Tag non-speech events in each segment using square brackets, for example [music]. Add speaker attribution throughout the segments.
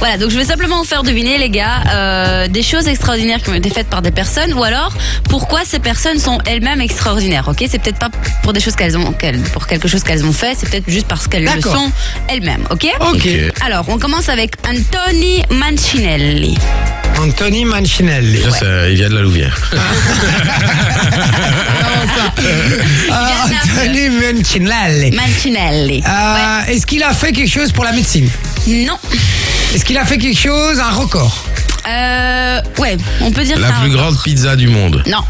Speaker 1: Voilà, donc je vais simplement vous faire deviner, les gars, euh, des choses extraordinaires qui ont été faites par des personnes, ou alors pourquoi ces personnes sont elles-mêmes extraordinaires. Ok, c'est peut-être pas pour des choses qu'elles ont, qu'elles- pour quelque chose qu'elles ont fait, c'est peut-être juste parce qu'elles le
Speaker 2: D'accord.
Speaker 1: sont elles-mêmes. Ok.
Speaker 2: Ok.
Speaker 1: Alors, on commence avec Anthony Mancinelli.
Speaker 2: Anthony Mancinelli.
Speaker 3: Ça, ça, il vient de la Louvière.
Speaker 2: Ah, Anthony Mancinelli.
Speaker 1: Mancinelli.
Speaker 3: Ah.
Speaker 2: Euh, Est-ce qu'il a fait quelque chose pour la médecine
Speaker 1: Non.
Speaker 2: Est-ce qu'il a fait quelque chose, un record
Speaker 1: Euh, ouais, on peut dire
Speaker 3: La
Speaker 1: ça.
Speaker 3: plus grande pizza du monde.
Speaker 1: Non.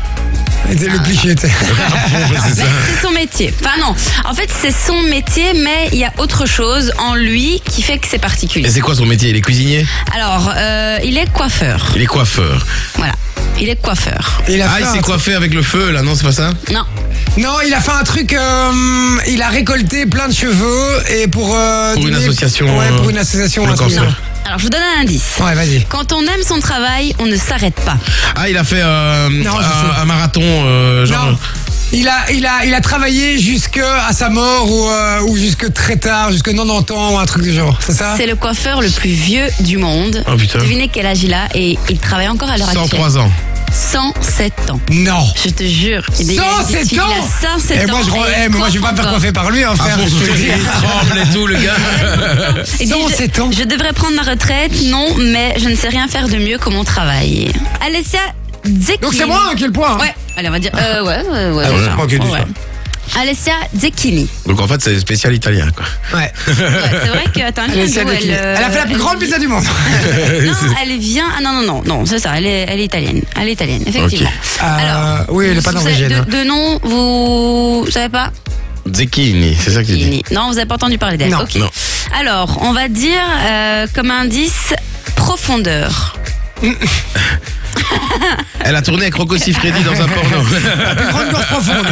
Speaker 2: C'est
Speaker 3: Ah,
Speaker 2: le cliché. tu sais.
Speaker 3: C'est ça.
Speaker 1: C'est son métier. Enfin non, en fait c'est son métier, mais il y a autre chose en lui qui fait que c'est
Speaker 3: Et
Speaker 1: particulier.
Speaker 3: c'est quoi son métier Il est cuisinier
Speaker 1: Alors, euh, il est coiffeur.
Speaker 3: Il est coiffeur.
Speaker 1: Voilà, il est coiffeur.
Speaker 2: Il a
Speaker 3: Ah,
Speaker 2: fait
Speaker 3: il
Speaker 2: un
Speaker 3: s'est coiffé avec le feu, là, non, c'est pas ça
Speaker 1: Non,
Speaker 2: Non, il a fait un truc. euh, il a récolté plein de cheveux et pour. euh,
Speaker 3: Pour une
Speaker 2: donner-
Speaker 3: association,
Speaker 2: Ouais, pour une
Speaker 3: euh,
Speaker 2: association.
Speaker 3: pour le
Speaker 2: un truc.
Speaker 3: cancer.
Speaker 1: alors je vous donne un indice.
Speaker 2: Ouais, vas-y.
Speaker 1: Quand on aime son travail, on ne s'arrête pas.
Speaker 3: Ah, il a fait euh,
Speaker 2: Non, je
Speaker 3: un,
Speaker 2: sais.
Speaker 3: un marathon, euh, genre.
Speaker 2: Non. Il a, il a, il a travaillé jusque à sa mort ou, euh, ou jusque très tard, jusque 90 ans ou un truc du genre. C'est ça
Speaker 1: C'est le coiffeur le plus vieux du monde.
Speaker 2: Ah,
Speaker 3: Oh, putain.
Speaker 1: Devinez quel âge il a et il travaille encore à l'heure actuelle.
Speaker 3: 103 ans.
Speaker 1: 107 ans.
Speaker 2: Non.
Speaker 1: Je te jure. Il est- il est-
Speaker 2: 107
Speaker 1: il a
Speaker 2: ans
Speaker 1: 107
Speaker 2: Et moi, je,
Speaker 1: ans
Speaker 2: eh,
Speaker 1: il
Speaker 2: mais moi, je vais pas me faire
Speaker 1: coiffe encore.
Speaker 2: coiffer par lui, hein, frère.
Speaker 3: bon,
Speaker 2: je te le dis.
Speaker 3: [laughs] il tremble et tout, le gars.
Speaker 1: Il dit,
Speaker 2: 107
Speaker 1: je-
Speaker 2: ans.
Speaker 1: Je devrais prendre ma retraite, non, mais je ne sais rien faire de mieux que mon travail. Alessia Zecchini.
Speaker 2: Donc c'est moi à quel point
Speaker 1: Ouais, allez, on va dire. Euh, ouais, ouais, ouais.
Speaker 3: Ah,
Speaker 1: ouais,
Speaker 3: je crois
Speaker 2: qu'il y a du
Speaker 1: ouais. Alessia
Speaker 2: [laughs]
Speaker 1: Zecchini.
Speaker 3: Donc en fait, c'est spécial italien, quoi.
Speaker 1: [laughs]
Speaker 2: Ouais.
Speaker 1: Ouais, c'est vrai que. Attends,
Speaker 2: Elle,
Speaker 1: elle, elle, euh,
Speaker 2: a fait la plus grande pizza
Speaker 1: [laughs]
Speaker 2: du monde.
Speaker 1: elle- Non,
Speaker 2: [laughs]
Speaker 1: elle vient. Ah non, non, non, non, c'est ça, elle est, elle est italienne. Elle est italienne, effectivement.
Speaker 2: Euh, oui, elle est pas
Speaker 1: vous savez-
Speaker 2: norvégienne.
Speaker 1: De, de nom, vous savez pas
Speaker 3: Zecchini, c'est ça qu'il dit.
Speaker 1: Zecchini. Non, vous avez pas entendu parler d'elle.
Speaker 2: Non.
Speaker 1: Ok.
Speaker 3: Non.
Speaker 1: Alors, on va dire euh, comme indice profondeur.
Speaker 3: Elle a tourné avec Rocco Siffredi dans
Speaker 2: [laughs]
Speaker 3: un porno.
Speaker 2: Plus grande gorge
Speaker 3: [laughs]
Speaker 2: profonde.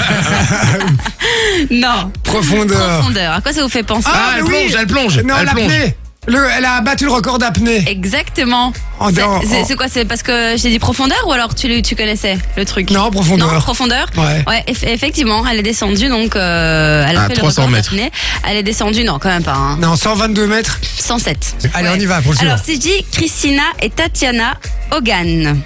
Speaker 1: Non.
Speaker 2: Profondeur.
Speaker 1: Profondeur. À quoi ça vous fait penser
Speaker 3: Ah, elle
Speaker 2: mais
Speaker 3: plonge, elle plonge,
Speaker 2: Non,
Speaker 3: elle plonge.
Speaker 2: l'apnée. Le, elle a battu le record d'apnée.
Speaker 1: Exactement.
Speaker 2: En-
Speaker 1: C'est-
Speaker 2: en-
Speaker 1: C'est
Speaker 2: en-
Speaker 1: c'est quoi C'est parce que j'ai dit profondeur ou alors tu, le- tu connaissais le truc
Speaker 2: Non, profondeur.
Speaker 1: Non, profondeur
Speaker 2: Ouais.
Speaker 1: eff- effectivement, elle est descendue donc. euh, elle a
Speaker 3: À
Speaker 1: fait
Speaker 3: 300
Speaker 1: le record
Speaker 3: mètres.
Speaker 1: d'apnée. Elle est descendue, non, quand même pas. hein.
Speaker 2: Non, 122 mètres.
Speaker 1: 107.
Speaker 2: Allez, on y va pour le
Speaker 1: Alors,
Speaker 2: suivant.
Speaker 1: si je dis Christina et Tatiana Hogan.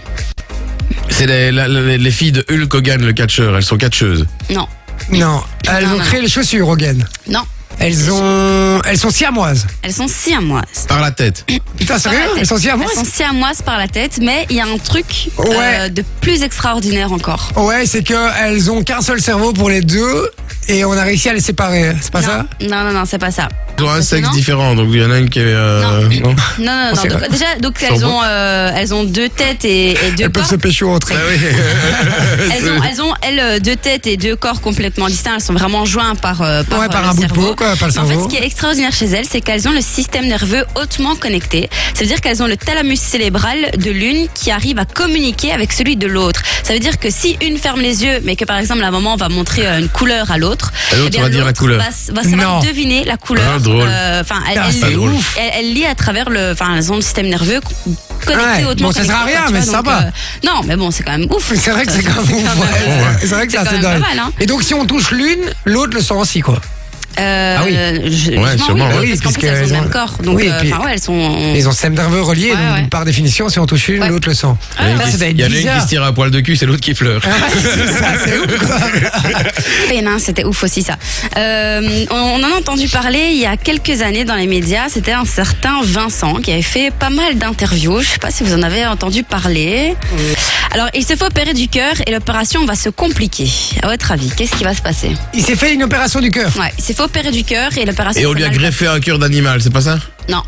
Speaker 3: C'est les, la- les- les filles de Hulk Hogan, le catcheur. Elles sont catcheuses.
Speaker 1: Non.
Speaker 2: Non, elles
Speaker 1: Non,
Speaker 2: ont
Speaker 1: non.
Speaker 2: créé les chaussures, Hogan.
Speaker 1: Non.
Speaker 2: Elles ont, elles sont siamoises.
Speaker 1: Elles sont siamoises.
Speaker 3: Par la tête.
Speaker 2: Putain,
Speaker 1: Par la
Speaker 2: sérieux
Speaker 1: tête.
Speaker 2: Elles sont
Speaker 1: Elles
Speaker 2: siamoises
Speaker 1: sont siamoises par la tête, mais il y a un truc euh,
Speaker 2: Ouais.
Speaker 1: de plus extraordinaire encore.
Speaker 2: Ouais, c'est que elles ont qu'un seul cerveau pour les deux et on a réussi à les séparer. C'est pas
Speaker 1: non.
Speaker 2: ça
Speaker 1: non, non, non, c'est pas ça.
Speaker 3: Elles ont un sexe
Speaker 1: Non.
Speaker 3: différent, donc il y en a une qui est. euh, non
Speaker 1: Non, non, non.
Speaker 2: On sait
Speaker 1: donc,
Speaker 2: pas.
Speaker 1: déjà, donc
Speaker 3: Sans
Speaker 1: elles
Speaker 3: bon.
Speaker 1: ont, euh, elles ont deux têtes et, et deux
Speaker 2: Elles peuvent
Speaker 1: corps.
Speaker 2: se pécho entre
Speaker 3: Ah
Speaker 2: elles.
Speaker 3: oui.
Speaker 2: [laughs]
Speaker 1: Elles ont, elles ont, elles, euh, deux têtes et deux corps complètement distincts. Elles sont vraiment joints par, euh, par,
Speaker 2: Ouais, par
Speaker 1: euh, le
Speaker 2: un bout de
Speaker 1: cerveau.
Speaker 2: peau, quoi, par le
Speaker 1: Mais En fait,
Speaker 2: cerveau.
Speaker 1: ce qui est extraordinaire chez elles, c'est qu'elles ont le système nerveux hautement connecté. Ça veut dire qu'elles ont le thalamus cérébral de l'une qui arrive à communiquer avec celui de l'autre. Ça veut dire que si une ferme les yeux, mais que par exemple la maman va montrer euh, une couleur à l'autre,
Speaker 3: Et l'autre
Speaker 1: eh bien,
Speaker 3: va dire la
Speaker 1: l'autre
Speaker 3: couleur.
Speaker 1: Va, s- va savoir
Speaker 2: Non.
Speaker 1: deviner la couleur.
Speaker 3: Ah, drôle.
Speaker 1: Euh, Enfin, elle,
Speaker 2: Ah,
Speaker 1: elle
Speaker 2: c'est
Speaker 1: lit-
Speaker 3: drôle.
Speaker 1: elle- elle lit à travers le, enfin, elles ont le système nerveux connecté
Speaker 2: Ouais,
Speaker 1: hautement.
Speaker 2: bon, ça
Speaker 1: connecté,
Speaker 2: sert à
Speaker 1: quoi,
Speaker 2: rien,
Speaker 1: tu
Speaker 2: mais
Speaker 1: vois,
Speaker 2: ça
Speaker 1: donc, euh,
Speaker 2: va.
Speaker 1: non, mais bon, c'est quand même ouf.
Speaker 2: C'est vrai que
Speaker 1: Ça,
Speaker 2: c'est quand même ouf, ouais. C'est vrai que c'est
Speaker 1: euh, c'est quand
Speaker 2: assez
Speaker 1: même
Speaker 2: dingue.
Speaker 1: pas mal, hein.
Speaker 2: Et donc, si on touche l'une, l'autre le sent aussi, quoi.
Speaker 1: Euh,
Speaker 2: Ah oui.
Speaker 1: je-
Speaker 3: Ouais,
Speaker 1: je- non,
Speaker 3: sûrement,
Speaker 1: oui,
Speaker 3: ouais.
Speaker 1: parce qu'en
Speaker 2: Puisque
Speaker 1: plus elles ont
Speaker 2: elles
Speaker 1: le
Speaker 2: ont-
Speaker 1: même corps. Donc,
Speaker 2: Oui, et
Speaker 1: euh,
Speaker 2: puis-
Speaker 1: enfin, ouais, elles sont.
Speaker 2: Ils ont le système nerveux relié,
Speaker 1: Ouais,
Speaker 2: donc
Speaker 1: ouais.
Speaker 2: par définition, si on touche l'une,
Speaker 1: Ouais.
Speaker 2: l'autre le sent.
Speaker 3: Il y en a une
Speaker 2: Ah, Ça,
Speaker 3: qui-
Speaker 2: ça doit être
Speaker 3: il y en a une qui
Speaker 2: bizarre. Ah,
Speaker 3: se tire à poil de cul, c'est l'autre qui pleure.
Speaker 2: Ouais, c'est ça, [laughs] c'est ouf, quoi.
Speaker 1: Pénin, hein, c'était ouf aussi ça. Euh, on, on en a entendu parler il y a quelques années dans les médias. C'était un certain Vincent qui avait fait pas mal d'interviews. Je sais pas si vous en avez entendu parler. Alors, il se fait opérer du cœur et l'opération va se compliquer. À votre avis, qu'est-ce qui va se passer
Speaker 2: Il s'est fait une opération du cœur.
Speaker 1: Ouais, il s'est fait opérer du cœur et l'opération.
Speaker 3: Et on
Speaker 1: s'est
Speaker 3: lui a
Speaker 1: mal
Speaker 3: greffé un cœur d'animal, c'est pas ça
Speaker 1: passée. Non.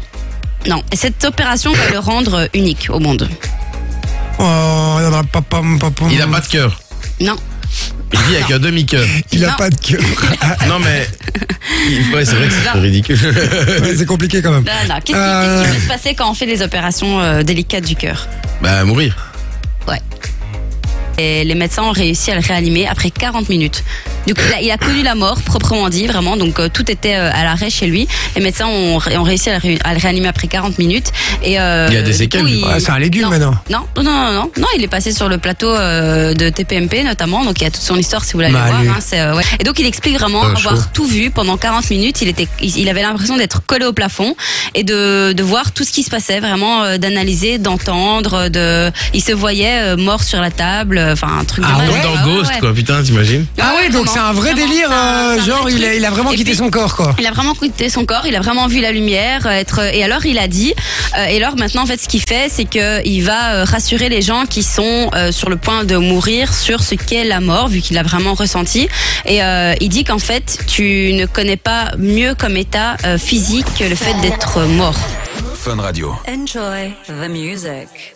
Speaker 1: Non, Et cette opération va le rendre unique au monde.
Speaker 2: Oh, non, non, pam, pam, pam, pam.
Speaker 3: Il a pas de cœur.
Speaker 1: Non.
Speaker 3: Il vit avec
Speaker 2: [laughs]
Speaker 3: un demi-cœur.
Speaker 2: Il a
Speaker 1: Non.
Speaker 2: pas de
Speaker 1: [laughs]
Speaker 2: cœur. Ah,
Speaker 3: Non mais. il- Ouais, c'est vrai que c'est
Speaker 1: Non.
Speaker 3: ridicule.
Speaker 2: [laughs] Ouais, c'est compliqué quand même.
Speaker 1: Non, non. Qu'est-ce qui,
Speaker 2: Euh.
Speaker 1: qu'est-ce qui peut se passer quand on fait des opérations euh, délicates du cœur
Speaker 3: Bah, mourir.
Speaker 1: Et les médecins ont réussi à le réanimer après 40 minutes. Donc il a, il a connu la mort proprement dit, vraiment. Donc euh, tout était euh, à l'arrêt chez lui. Les médecins ont, ré- ont réussi à le, ré- à le réanimer après 40 minutes. Et, euh,
Speaker 3: Il y a des
Speaker 1: du
Speaker 3: séquelles,
Speaker 1: coup,
Speaker 3: du Ah,
Speaker 2: Ouais, Ah, c'est un légume
Speaker 1: Non.
Speaker 2: maintenant.
Speaker 1: Non, non, non, non, non, il est passé sur le plateau euh, de TPMP notamment, donc il y a toute son histoire si vous voulez aller
Speaker 2: Bah,
Speaker 1: voir.
Speaker 2: lui.
Speaker 1: hein, c'est, euh, ouais. Et donc il explique vraiment
Speaker 3: Euh,
Speaker 1: avoir
Speaker 3: chaud.
Speaker 1: tout vu pendant 40 minutes. Il était, il, il avait l'impression d'être collé au plafond et de, de voir tout ce qui se passait, vraiment euh, d'analyser, d'entendre. euh, De, il se voyait euh, mort sur la table, euh, enfin un truc
Speaker 2: Ah
Speaker 1: de malade.
Speaker 3: Comme
Speaker 2: ouais,
Speaker 3: dans
Speaker 1: Ah ouais,
Speaker 3: Ghost,
Speaker 1: ouais.
Speaker 3: quoi, putain, t'imagines
Speaker 2: Ah ouais, donc
Speaker 1: vraiment,
Speaker 2: c'est un vrai
Speaker 1: vraiment,
Speaker 2: délire,
Speaker 1: c'est un-
Speaker 2: euh,
Speaker 1: c'est un
Speaker 2: genre
Speaker 1: vrai
Speaker 2: il a,
Speaker 1: truc.
Speaker 2: il a vraiment
Speaker 1: Et
Speaker 2: quitté
Speaker 1: puis,
Speaker 2: son corps quoi.
Speaker 1: il a vraiment quitté son corps, il a vraiment vu la lumière euh, être et alors il a dit euh, et alors maintenant en fait ce qu'il fait c'est que il va euh, rassurer les gens qui sont euh, sur le point de mourir sur ce qu'est la mort vu qu'il l'a vraiment ressenti et euh, il dit qu'en fait tu ne connais pas mieux comme état euh, physique que le fait d'être mort.
Speaker 4: Fun Radio.
Speaker 5: Enjoy the music.